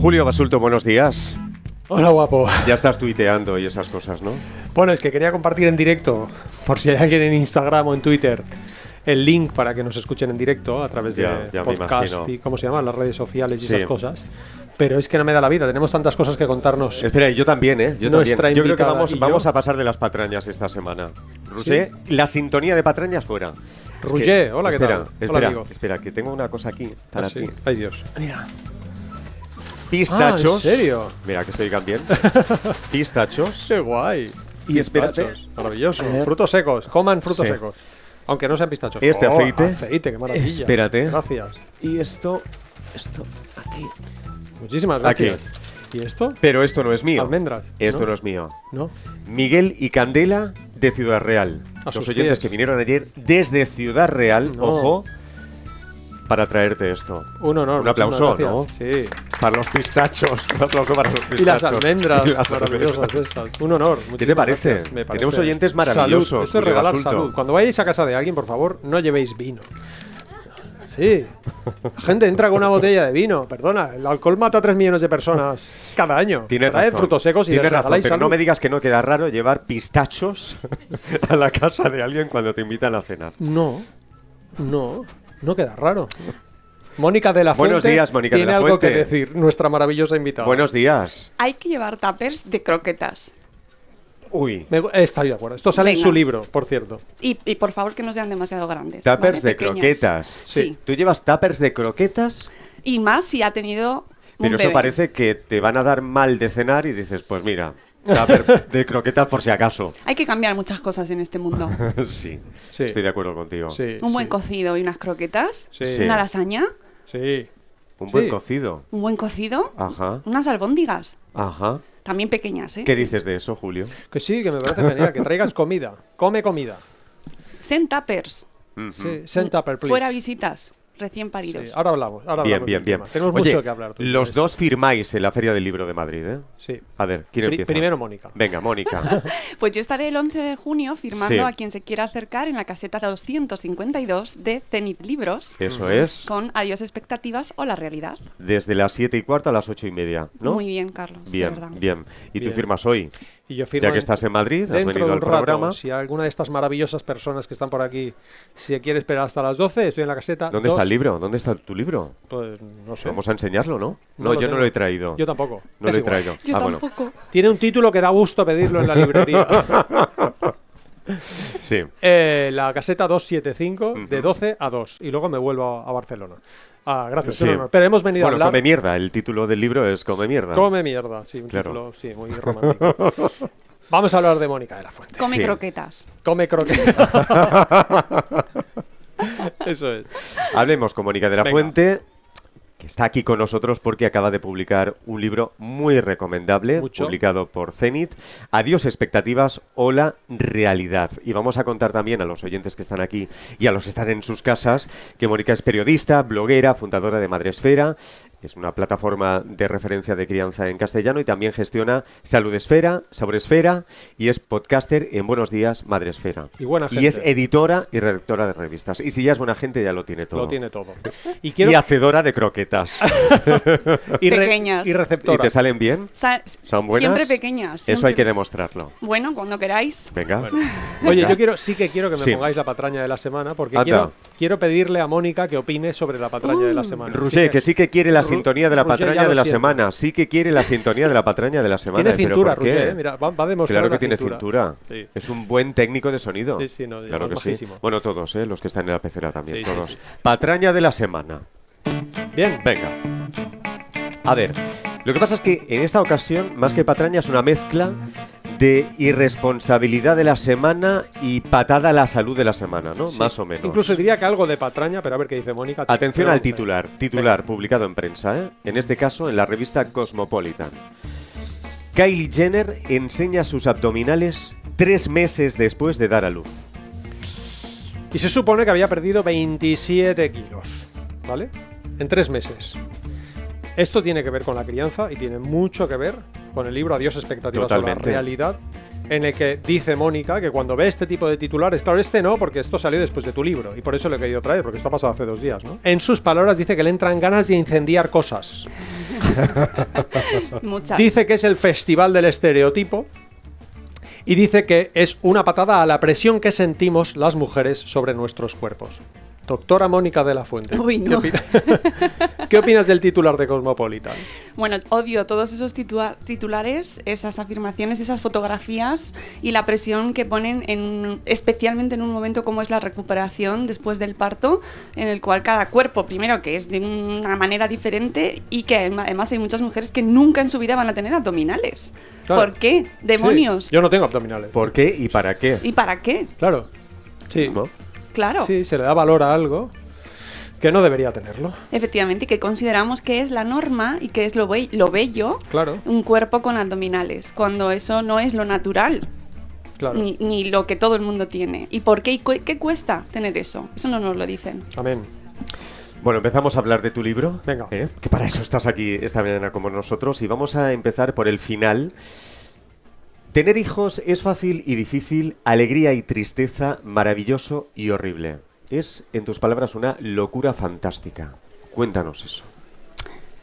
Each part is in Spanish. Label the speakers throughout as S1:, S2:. S1: Julio Basulto, buenos días.
S2: Hola, guapo.
S1: Ya estás tuiteando y esas cosas, ¿no?
S2: Bueno, es que quería compartir en directo, por si hay alguien en Instagram o en Twitter, el link para que nos escuchen en directo a través
S1: Ya,
S2: de
S1: ya me
S2: podcast
S1: imagino.
S2: y cómo se llaman, las redes sociales y
S1: Sí.
S2: esas cosas. Pero es que no me da la vida, tenemos tantas cosas que contarnos.
S1: Espera, y yo también, ¿eh? Yo
S2: Nuestra
S1: también. Yo creo que
S2: invitada
S1: vamos,
S2: y yo.
S1: vamos a pasar de las patrañas esta semana. Rusé, la sintonía de patrañas fuera. Es
S2: Roger,
S1: que-
S2: hola, ¿qué
S1: espera,
S2: tal? Hola,
S1: Espera,
S2: amigo.
S1: espera, que tengo una cosa aquí
S2: Ah,
S1: para
S2: sí.
S1: ti.
S2: Ay, Dios.
S1: Pistachos.
S2: Ah, ¿en serio?
S1: Mira, que se oigan bien. Pistachos.
S2: ¡Qué guay!
S1: Y espérate. Eh.
S2: Pistachos, Maravilloso. Frutos secos, coman frutos
S1: Sí.
S2: secos. Aunque no sean pistachos. Oh,
S1: Este aceite.
S2: Aceite, qué maravilla.
S1: Espérate.
S2: Gracias.
S3: Y esto, esto, aquí.
S2: Muchísimas
S1: Aquí.
S2: gracias. ¿Y esto?
S1: Pero esto no es mío.
S2: Almendras,
S1: Esto
S2: ¿no?
S1: no, es mío.
S2: No.
S1: Miguel y Candela de Ciudad Real.
S2: A
S1: Los
S2: sus
S1: oyentes
S2: pies.
S1: que vinieron ayer desde Ciudad Real,
S2: No.
S1: ojo, para traerte esto.
S2: Un honor.
S1: Un aplauso,
S2: muchísimas
S1: ¿no?
S2: gracias. Sí.
S1: Para los pistachos. Un aplauso para los pistachos.
S2: Y las almendras
S1: Y las
S2: maravillosas
S1: almendras.
S2: esas. Un honor.
S1: te
S2: muchísimas
S1: parece?
S2: gracias, me parece.
S1: Tenemos oyentes maravillosos,
S2: Salud. Esto es
S1: Julio
S2: regalar
S1: Basulto.
S2: salud. Cuando vayáis a casa de alguien, por favor, no llevéis vino. Sí. La gente entra con una botella de vino. Perdona, el alcohol mata a 3 millones de personas cada año.
S1: Tienes
S2: Traed
S1: razón.
S2: frutos secos y
S1: Tienes
S2: les
S1: razón, pero
S2: regaláis salud.
S1: no me digas que no queda raro llevar pistachos a la casa de alguien cuando te invitan a cenar.
S2: No, no, no queda raro. Mónica de la Fuente
S1: Buenos días, Mónica de
S2: tiene
S1: la
S2: algo
S1: Fuente.
S2: que decir, nuestra maravillosa invitada.
S1: Buenos días.
S4: Hay que llevar tuppers de croquetas.
S1: Uy.
S2: Me gu- eh, estoy de acuerdo. Esto sale en
S4: Venga.
S2: su libro, por cierto.
S4: Y, y por favor que no sean demasiado grandes.
S1: Tuppers
S4: ¿vale?
S1: de
S4: Pequeñas.
S1: croquetas.
S4: Sí.
S1: ¿Tú llevas tuppers de croquetas?
S4: Y más si ha tenido. un
S1: Pero eso
S4: bebé.
S1: parece que te van a dar mal de cenar y dices, pues mira, tupper de croquetas por si acaso.
S4: Hay que cambiar muchas cosas en este mundo.
S1: sí,
S2: Sí.
S1: estoy de acuerdo contigo.
S2: Sí,
S4: Un buen
S2: sí,
S4: cocido y unas croquetas.
S2: Sí.
S4: Una lasaña.
S2: Sí.
S1: Un buen
S2: Sí.
S1: cocido.
S4: Un buen cocido.
S1: Ajá,
S4: Unas albóndigas.
S1: ajá.
S4: También pequeñas, ¿eh?
S1: ¿Qué dices de eso, Julio?
S2: Que sí, que me parece genial. Que traigas comida. Come comida.
S4: Sen tuppers.
S2: Sí, send tupper, please.
S4: Fuera visitas. Recién
S2: Sí, Ah.
S4: paridos.
S2: ahora hablamos. Ahora
S1: Bien,
S2: hablamos
S1: bien,
S2: del
S1: bien.
S2: tema. Tenemos
S1: Oye,
S2: mucho que hablar. tú
S1: Los
S2: sabes.
S1: dos firmáis en la Feria del Libro de Madrid, ¿eh?
S2: Sí.
S1: A ver, ¿quién
S2: Pri-
S1: empieza?
S2: primero Mónica.
S1: Venga, Mónica.
S4: Pues yo estaré el 11 de junio firmando
S1: Sí.
S4: a quien se quiera acercar en la caseta 252 de Zenit Libros
S1: Eso es.
S4: con Adiós Expectativas o la Realidad.
S1: Desde las siete y cuarto a las ocho y media, ¿no?
S4: Muy bien, Carlos. de verdad.
S1: Bien, bien. Y
S2: Bien.
S1: tú firmas hoy.
S2: Y yo firmo
S1: Ya que estás en Madrid, has
S2: dentro
S1: venido
S2: de un
S1: al
S2: rato,
S1: programa.
S2: Si alguna de estas maravillosas personas que están por aquí se quiere esperar hasta las 12, estoy en la caseta.
S1: ¿Dónde
S2: dos.
S1: está el libro? ¿Dónde está tu libro?
S2: Pues no sé.
S1: Vamos a enseñarlo, ¿no? No,
S2: No lo
S1: yo no
S2: tengo.
S1: lo he traído.
S2: Yo tampoco.
S1: No
S2: Es
S1: lo he
S2: igual.
S1: traído.
S4: Yo
S1: ah, bueno.
S4: tampoco.
S2: Tiene un título que da gusto pedirlo en la librería.
S1: Sí.
S2: Eh, la caseta 275 de
S1: Ujú.
S2: 12 a 2. Y luego me vuelvo a, a Barcelona. Ah, gracias.
S1: Sí.
S2: no, no, Pero hemos venido
S1: Bueno,
S2: a hablar.
S1: come mierda. El título del libro es Come mierda.
S2: Come mierda. Sí, un
S1: Claro.
S2: título sí, muy romántico. Vamos a hablar de Mónica de la Fuente.
S4: Come
S1: Sí.
S4: croquetas.
S2: Come croquetas. Eso es.
S1: Hablemos con Mónica de la
S2: Venga.
S1: Fuente, que está aquí con nosotros porque acaba de publicar un libro muy recomendable,
S2: Mucho.
S1: publicado por Zenit, Adiós expectativas, hola realidad. Y vamos a contar también a los oyentes que están aquí y a los que están en sus casas que Mónica es periodista, bloguera, fundadora de Madresfera, es una plataforma de referencia de crianza en castellano y también gestiona Salud Esfera, Sabor Esfera y es podcaster en Buenos Días Madresfera.
S2: Y buena
S1: Y es
S2: gente.
S1: editora y redactora de revistas. Y si ya es buena gente, ya lo tiene todo.
S2: Lo tiene todo. Y
S1: Y
S2: quiero.
S1: hacedora de croquetas.
S2: Y, re-
S4: Pequeñas.
S2: y
S1: ¿Y
S2: receptora.
S1: te salen bien?
S4: Sa-
S1: ¿Son buenas?
S4: Siempre pequeñas.
S1: Eso hay
S4: siempre-
S1: que demostrarlo.
S4: Bueno, cuando queráis.
S1: Venga.
S2: Oye,
S1: Venga.
S2: yo quiero, sí que quiero que me
S1: Sí.
S2: pongáis la patraña de la semana porque
S1: Anda.
S2: quiero, quiero pedirle a Mónica que opine sobre la patraña de la semana. Así
S1: Roger, que sí que quiere la
S2: Ru-
S1: sintonía de la
S2: Roger, ya
S1: patraña
S2: lo
S1: de la
S2: siento.
S1: semana. Sí que quiere la sintonía de la patraña de la semana.
S2: Tiene
S1: ¿Pero
S2: cintura,
S1: por qué?
S2: Roger, eh, mira, va, va a demostrar
S1: Claro que
S2: una
S1: tiene cintura.
S2: Sí.
S1: Es un buen técnico de sonido.
S2: Sí, sí, no, y
S1: claro
S2: además
S1: que sí.
S2: majísimo.
S1: Bueno, todos, eh, los que están en la pecera también,
S2: Sí, sí,
S1: todos.
S2: sí.
S1: Patraña de la semana.
S2: Bien.
S1: Venga. A ver, lo que pasa es que en esta ocasión, más que patraña, es una mezcla de irresponsabilidad de la semana y patada a la salud de la semana, ¿no?
S2: Sí.
S1: Más o menos.
S2: Incluso diría que algo de patraña, pero a ver qué dice Mónica.
S1: Atención
S2: Pero
S1: al
S2: vamos a ver.
S1: titular, titular publicado en prensa, ¿eh? en este caso en la revista Cosmopolitan. Kylie Jenner enseña sus abdominales tres meses después de dar a luz.
S2: Y se supone que había perdido 27 kilos, ¿vale? En tres meses. Esto tiene que ver con la crianza y tiene mucho que ver con el libro Adiós expectativas sobre la
S1: Totalmente.
S2: realidad, en el que dice Mónica que cuando ve este tipo de titulares, claro, este no, porque esto salió después de tu libro y por eso lo he querido traer, porque esto ha pasado hace dos días, ¿no? En sus palabras dice que le entran ganas de incendiar cosas.
S4: Muchas.
S2: Dice que es el festival del estereotipo. Y dice que es una patada a la presión que sentimos las mujeres sobre nuestros cuerpos. Doctora Mónica de la Fuente.
S4: Uy,
S2: ¿qué
S4: no.
S2: opi- ¿Qué opinas del titular de Cosmopolitan?
S4: Bueno, odio todos esos titua- titulares, esas afirmaciones, esas fotografías y la presión que ponen, en, especialmente en un momento como es la recuperación después del parto, en el cual cada cuerpo, primero, que es de una manera diferente y que adem- además hay muchas mujeres que nunca en su vida van a tener abdominales.
S2: Claro.
S4: ¿Por qué? Demonios.
S2: Sí, yo no tengo abdominales.
S1: ¿Por qué y para qué?
S4: ¿Y para qué?
S2: Claro. Sí.
S1: ¿No?
S4: Claro.
S2: Sí, se le da valor a algo que no debería tenerlo.
S4: Efectivamente, y que consideramos que es la norma y que es lo, be- lo bello,
S2: Claro.
S4: un cuerpo con abdominales, cuando eso no es lo natural.
S2: Claro.
S4: ni, ni lo que todo el mundo tiene. ¿Y por qué? ¿Y cu- qué cuesta tener eso? Eso no nos lo dicen.
S2: Amén.
S1: Bueno, empezamos a hablar de tu libro.
S2: Venga.
S1: ¿eh? Que para eso estás aquí esta mañana como nosotros. Y vamos a empezar por el final. Tener hijos es fácil y difícil, alegría y tristeza, maravilloso y horrible. Es, en tus palabras, una locura fantástica. Cuéntanos eso.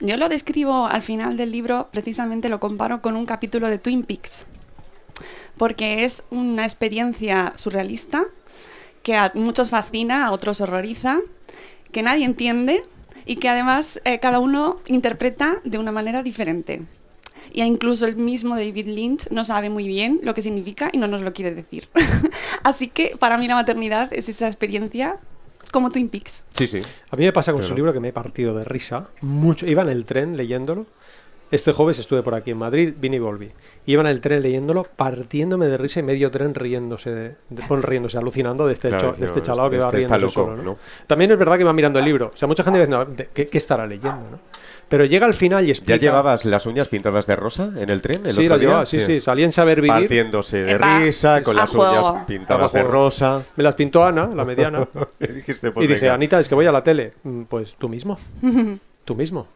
S4: Yo lo describo al final del libro, precisamente lo comparo con un capítulo de Twin Peaks, porque es una experiencia surrealista que a muchos fascina, a otros horroriza, que nadie entiende y que además eh, cada uno interpreta de una manera diferente. Y incluso el mismo David Lynch no sabe muy bien lo que significa y no nos lo quiere decir. Así que para mí la maternidad es esa experiencia como Twin Peaks.
S1: Sí, sí.
S2: A mí me pasa con su
S1: Claro.
S2: libro que me he partido de risa. Mucho. Iba en el tren leyéndolo. Este jueves estuve por aquí en Madrid, vine y volví. Iba en el tren leyéndolo, partiéndome de risa y medio tren riéndose, de, de- bueno, riéndose, alucinando de este,
S1: Claro,
S2: cho- de este
S1: diciendo,
S2: chalado que
S1: este
S2: va
S1: está
S2: riéndose
S1: loco,
S2: solo, ¿no?
S1: ¿no?
S2: También es verdad que va mirando el libro. O sea, mucha gente dice, no, ¿de ¿qué, qué estará leyendo? ¿no? Pero llega al final y
S1: ¿Ya
S2: explica...
S1: llevabas las uñas pintadas de rosa en el tren? El
S2: sí,
S1: otro
S2: lo
S1: día?
S2: llevaba, sí, sí, salí en Saber Vivir.
S1: Partiéndose de
S4: Epa.
S1: risa, con
S4: A
S1: las uñas
S4: juego.
S1: pintadas de
S2: A juego.
S1: rosa.
S2: Me las pintó Ana, la mediana.
S1: Y dijiste,
S2: y
S1: pues
S2: dije,
S1: venga.
S2: Anita, es que voy a la tele. Mm, Pues tú mismo. tú mismo.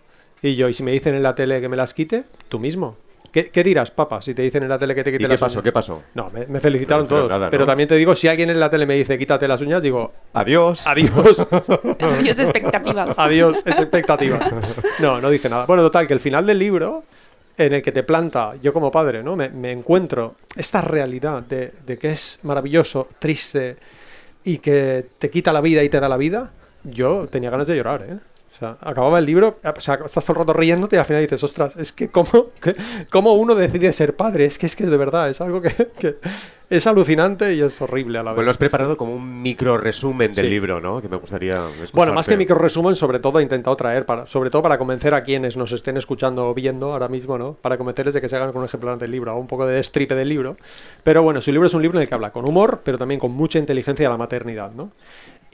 S2: Y yo, y si me dicen en la tele que me las quite, tú mismo. ¿Qué, qué dirás, papá, si te dicen en la tele que te quite
S1: ¿Y qué
S2: las
S1: pasó?
S2: uñas?
S1: ¿Qué pasó?
S2: No, me, me felicitaron
S1: No creo
S2: todos.
S1: nada, ¿no?
S2: Pero también te digo, si alguien en la tele me dice quítate las uñas, digo,
S1: Adiós.
S2: adiós.
S4: Dios de expectativas.
S2: Adiós, es expectativa. No, no dice nada. Bueno, total, que el final del libro, en el que te planta, yo como padre, ¿no? Me, me encuentro esta realidad de, de que es maravilloso, triste y que te quita la vida y te da la vida, yo tenía ganas de llorar, ¿eh? O sea, acababa el libro, o sea, estás todo el rato riéndote y al final dices, ostras, es que cómo, que- cómo uno decide ser padre, es que es que de verdad, es algo que, que es alucinante y es horrible a la vez.
S1: Pues lo has preparado como un micro resumen del
S2: Sí.
S1: libro, ¿no? Que me gustaría escucharte.
S2: Bueno, más que micro resumen, sobre todo he intentado traer, para, sobre todo para convencer a quienes nos estén escuchando o viendo ahora mismo, ¿no? Para convencerles de que se hagan con un ejemplar del libro, o un poco de stripe del libro. Pero bueno, su libro es un libro en el que habla con humor, pero también con mucha inteligencia de la maternidad, ¿no?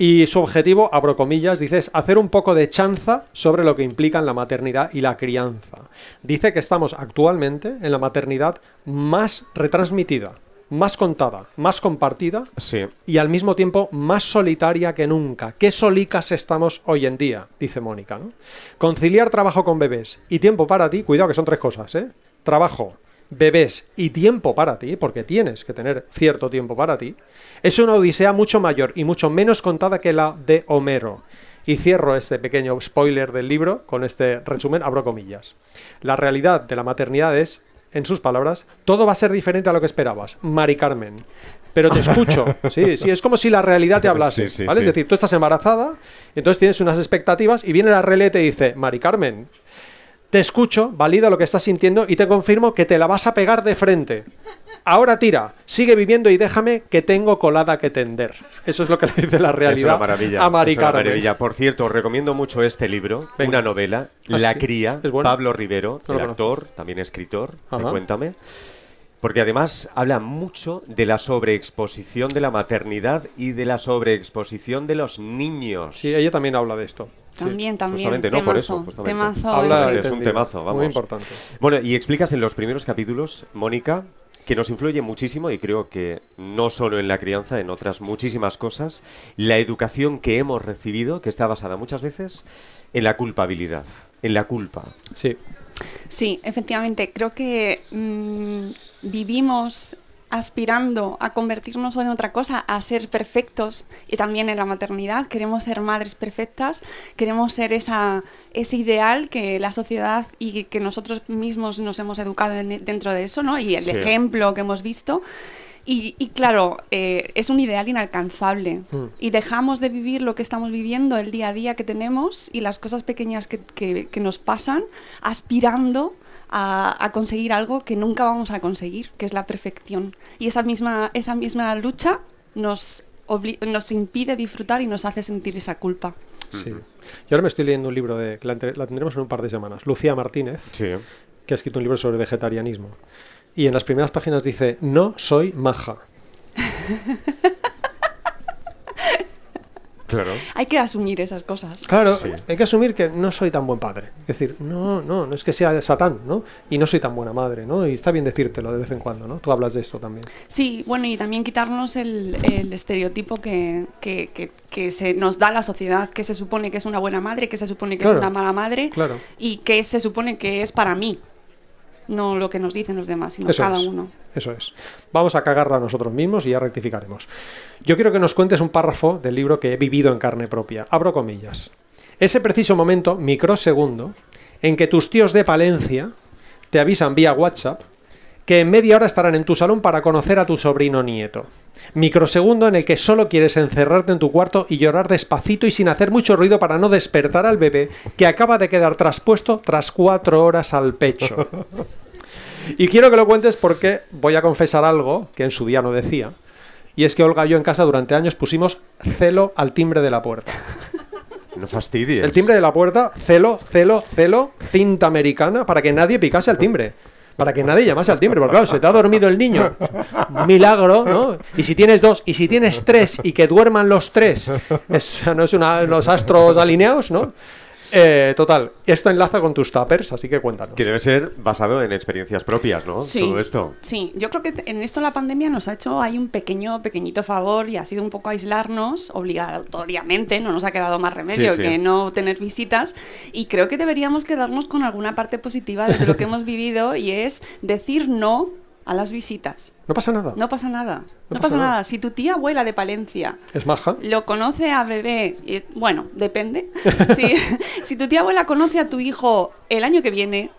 S2: Y su objetivo, abro comillas, dice es hacer un poco de chanza sobre lo que implican la maternidad y la crianza. Dice que estamos actualmente en la maternidad más retransmitida, más contada, más compartida
S1: Sí.
S2: y al mismo tiempo más solitaria que nunca. Qué solicas estamos hoy en día, dice Mónica. ¿no? Conciliar trabajo con bebés y tiempo para ti, cuidado que son tres cosas, ¿eh? Trabajo, bebés y tiempo para ti, porque tienes que tener cierto tiempo para ti, es una odisea mucho mayor y mucho menos contada que la de Homero. Y cierro este pequeño spoiler del libro con este resumen, abro comillas. La realidad de la maternidad es, en sus palabras, todo va a ser diferente a lo que esperabas, Mari Carmen. Pero te escucho. Sí, sí, es como si la realidad te hablase.
S1: Sí, sí,
S2: ¿vale?
S1: sí.
S2: Es decir, tú estás embarazada, entonces tienes unas expectativas y viene la realidad y te dice, Mari Carmen, te escucho, valido lo que estás sintiendo y te confirmo que te la vas a pegar de frente. Ahora tira, sigue viviendo y déjame que tengo colada que tender. Eso es lo que le dice la realidad
S1: Es una maravilla.
S2: a Mari
S1: es una
S2: Carmen.
S1: maravilla. Por cierto, os recomiendo mucho este libro,
S2: Venga.
S1: una novela,
S2: Ah,
S1: La
S2: sí.
S1: cría,
S2: Es bueno.
S1: Pablo Rivero,
S2: No lo
S1: el
S2: conozco.
S1: actor, también escritor, de
S2: Ajá.
S1: cuéntame. Porque además habla mucho de la sobreexposición de la maternidad y de la sobreexposición de los niños.
S2: Sí, ella también habla de esto. Sí.
S4: También, también.
S1: Justamente, no,
S4: temazo,
S1: por eso, justamente.
S4: temazo
S2: Habla
S4: ese.
S1: Es un
S2: entendido.
S1: temazo, vamos.
S2: Muy importante.
S1: Bueno, y explicas en los primeros capítulos, Mónica, que nos influye muchísimo, y creo que no solo en la crianza, en otras muchísimas cosas, la educación que hemos recibido, que está basada muchas veces en la culpabilidad, en la culpa.
S2: Sí.
S4: Sí, efectivamente. Creo que mm, vivimos aspirando a convertirnos en otra cosa, a ser perfectos y también en la maternidad. Queremos ser madres perfectas, queremos ser esa, ese ideal que la sociedad y que nosotros mismos nos hemos educado en- dentro de eso, ¿no? Y el
S1: Sí.
S4: ejemplo que hemos visto. Y, y claro, eh, es un ideal inalcanzable. Y dejamos de vivir lo que estamos viviendo, el día a día que tenemos y las cosas pequeñas que, que- que nos pasan, aspirando a, a conseguir algo que nunca vamos a conseguir, que es la perfección. Y esa misma, esa misma lucha nos, obli- nos impide disfrutar y nos hace sentir esa culpa.
S2: Sí. Yo ahora me estoy leyendo un libro de, que la, entre- la tendremos en un par de semanas, Lucía Martínez,
S1: Sí.
S2: que ha escrito un libro sobre vegetarianismo. Y en las primeras páginas dice, no soy maja.
S1: Claro.
S4: Hay que asumir esas cosas.
S2: Claro,
S1: Sí.
S2: hay que asumir que no soy tan buen padre. Es decir, no, no, no es que sea Satán, ¿no? Y no soy tan buena madre, ¿no? Y está bien decírtelo de vez en cuando, ¿no? Tú hablas de esto también.
S4: Sí, bueno, y también quitarnos el, el estereotipo que, que- que- que se nos da la sociedad, que se supone que es una buena madre, que se supone que
S2: Claro,
S4: es una mala madre
S2: claro.
S4: y que se supone que es para mí, no lo que nos dicen los demás, sino
S2: Eso
S4: cada
S2: es.
S4: uno.
S2: Eso es. Vamos a cagarla a nosotros mismos y ya rectificaremos. Yo quiero que nos cuentes un párrafo del libro que he vivido en carne propia. Abro comillas. Ese preciso momento, microsegundo, en que tus tíos de Palencia te avisan vía WhatsApp que en media hora estarán en tu salón para conocer a tu sobrino nieto. Microsegundo en el que solo quieres encerrarte en tu cuarto y llorar despacito y sin hacer mucho ruido para no despertar al bebé que acaba de quedar traspuesto tras cuatro horas al pecho. Y quiero que lo cuentes porque voy a confesar algo que en su día no decía. Y es que Olga y yo en casa durante años pusimos celo al timbre de la puerta.
S1: No fastidies.
S2: El timbre de la puerta, celo, celo, celo, cinta americana, para que nadie picase al timbre. Para que nadie llamase al timbre, porque claro, se te ha dormido el niño. Milagro, ¿no? Y si tienes dos, y si tienes tres, y que duerman los tres, es- no es una, los astros alineados, ¿no? Eh, total, esto enlaza con tus tuppers, así que cuéntanos.
S1: Que debe ser basado en experiencias propias, ¿no?
S4: Sí,
S1: Todo esto.
S4: Sí, yo creo que t- en esto la pandemia nos ha hecho ahí un pequeño, pequeñito favor y ha sido un poco aislarnos obligatoriamente, no nos ha quedado más remedio
S1: Sí, sí.
S4: que no tener visitas y creo que deberíamos quedarnos con alguna parte positiva de lo que hemos vivido y es decir no a las visitas.
S2: No pasa nada.
S4: No pasa nada, no, pasa, nada. Si tu tía abuela de Palencia
S2: Es maja.
S4: lo conoce a bebé, eh, bueno, depende. Si, si tu tía abuela conoce a tu hijo el año que viene,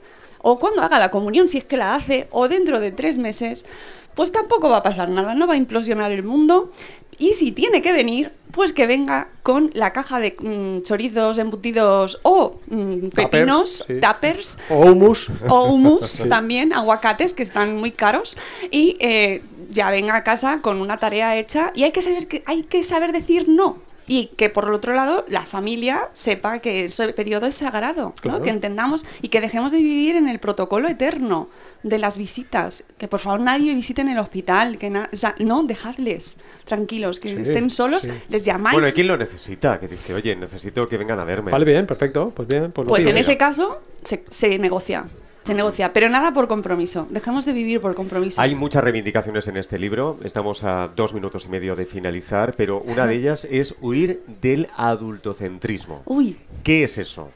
S4: o cuando haga la comunión, si es que la hace, o dentro de tres meses, pues tampoco va a pasar nada, no va a implosionar el mundo. Y si tiene que venir, pues que venga con la caja de mm, chorizos, embutidos o mm,
S2: Tuppers,
S4: pepinos,
S2: sí.
S4: tapers
S2: O humus.
S4: o humus también, aguacates que están muy caros y eh, ya venga a casa con una tarea hecha y hay que saber que hay que saber decir no y que por el otro lado la familia sepa que ese periodo es sagrado, ¿no?
S2: Claro.
S4: que entendamos y que dejemos de vivir en el protocolo eterno de las visitas, que por favor nadie visite en el hospital, que na- o sea, no dejadles tranquilos, que
S2: Sí,
S4: estén solos,
S2: sí.
S4: les llamáis.
S1: Bueno, hay quien lo necesita, que dice, oye, necesito que vengan a verme.
S2: Vale, bien, perfecto. Pues bien, pues, lo
S4: Pues
S2: pido.
S4: en ese caso se, se negocia, se negocia, pero nada por compromiso. Dejemos de vivir por compromiso.
S1: Hay muchas reivindicaciones en este libro, estamos a dos minutos y medio de finalizar, pero una de ellas es huir del adultocentrismo.
S4: Uy,
S1: ¿Qué es eso?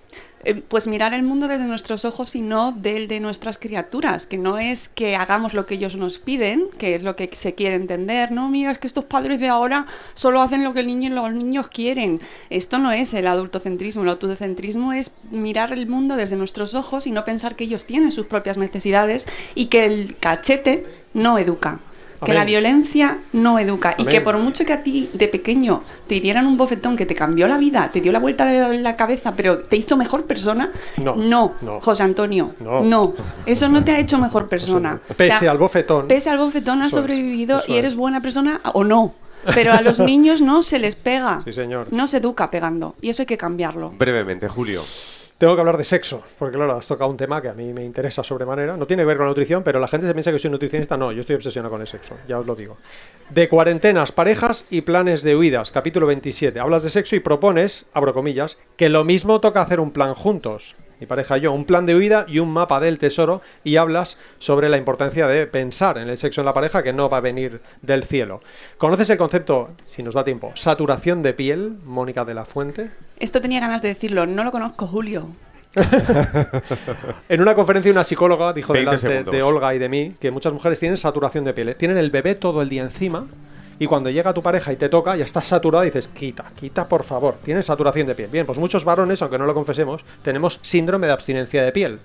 S4: eh, pues mirar el mundo desde nuestros ojos y no del de nuestras criaturas, que no es que hagamos lo que ellos nos piden, que es lo que se quiere entender, no, mira, es que estos padres de ahora solo hacen lo que el niño y los niños quieren. Esto no es el adultocentrismo, el autocentrismo es mirar el mundo desde nuestros ojos y no pensar que ellos tienen sus propias necesidades y que el cachete no educa. Que la
S2: Amén.
S4: violencia no educa y
S2: Amén.
S4: que por mucho que a ti de pequeño te dieran un bofetón que te cambió la vida, te dio la vuelta de la cabeza, pero te hizo mejor persona,
S2: No,
S4: no,
S2: no.
S4: José Antonio,
S2: No.
S4: no. eso no te ha hecho mejor persona.
S2: Pese
S4: Te ha-
S2: al bofetón.
S4: Pese al bofetón has
S2: Eso es,
S4: sobrevivido
S2: eso
S4: y eres
S2: es.
S4: buena persona o no. Pero a los niños no se les pega.
S2: Sí, señor.
S4: No se educa pegando y eso hay que cambiarlo.
S1: Brevemente, Julio.
S2: Tengo que hablar de sexo, porque claro, has tocado un tema que a mí me interesa sobremanera. No tiene que ver con la nutrición, pero la gente se piensa que soy nutricionista. No, yo estoy obsesionado con el sexo, ya os lo digo. De cuarentenas, parejas y planes de huidas, capítulo 27. Hablas de sexo y propones, abro comillas, que lo mismo toca hacer un plan juntos. Mi pareja y yo, un plan de huida y un mapa del tesoro, y hablas sobre la importancia de pensar en el sexo en la pareja que no va a venir del cielo. ¿Conoces el concepto, si nos da tiempo, saturación de piel, Mónica de la Fuente?
S4: Esto tenía ganas de decirlo, no lo conozco, Julio.
S2: En una conferencia una psicóloga dijo
S1: 20
S2: delante
S1: segundos.
S2: de Olga y de mí que muchas mujeres tienen saturación de piel, ¿eh? tienen el bebé todo el día encima y cuando llega tu pareja y te toca, ya estás saturada y dices, quita, quita por favor, tienes saturación de piel. Bien, pues muchos varones, aunque no lo confesemos, tenemos síndrome de abstinencia de piel.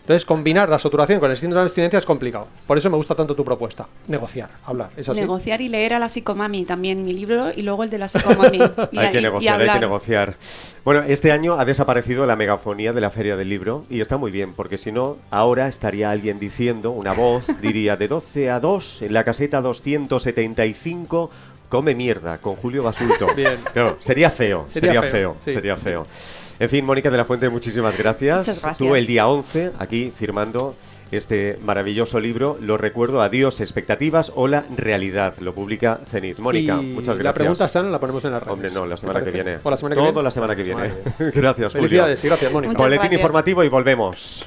S2: Entonces, combinar la saturación con el síndrome de abstinencia es complicado. Por eso me gusta tanto tu propuesta. Negociar, hablar. ¿Es así?
S4: Negociar y leer a la psicomami también, mi libro y luego el de la psicomami. Y,
S1: hay que
S4: y- y
S1: negociar, hay que
S4: hablar.
S1: negociar. Bueno, este año ha desaparecido la megafonía de la Feria del Libro y está muy bien, porque si no, ahora estaría alguien diciendo, una voz diría, de 12 a 2, en la caseta 275, come mierda, con Julio Basulto.
S2: Bien.
S1: No, sería feo, sería,
S2: Sería
S1: feo,
S2: feo, sí.
S1: sería feo. En fin, Mónica de la Fuente, muchísimas gracias.
S4: Muchas gracias.
S1: Tú el día 11, aquí firmando este maravilloso libro, lo recuerdo, Adiós, expectativas o la realidad. Lo publica Cenit. Mónica,
S2: Y
S1: muchas gracias.
S2: La pregunta sana la ponemos en la redes.
S1: Hombre, no, la
S2: ¿Te
S1: semana que
S2: parece?
S1: viene.
S2: O la semana que
S1: Todo
S2: viene.
S1: la semana que viene.
S2: Madre mía.
S1: gracias, Julio.
S2: Felicidades y gracias, Mónica.
S4: Muchas
S1: Boletín
S4: gracias.
S1: informativo y volvemos.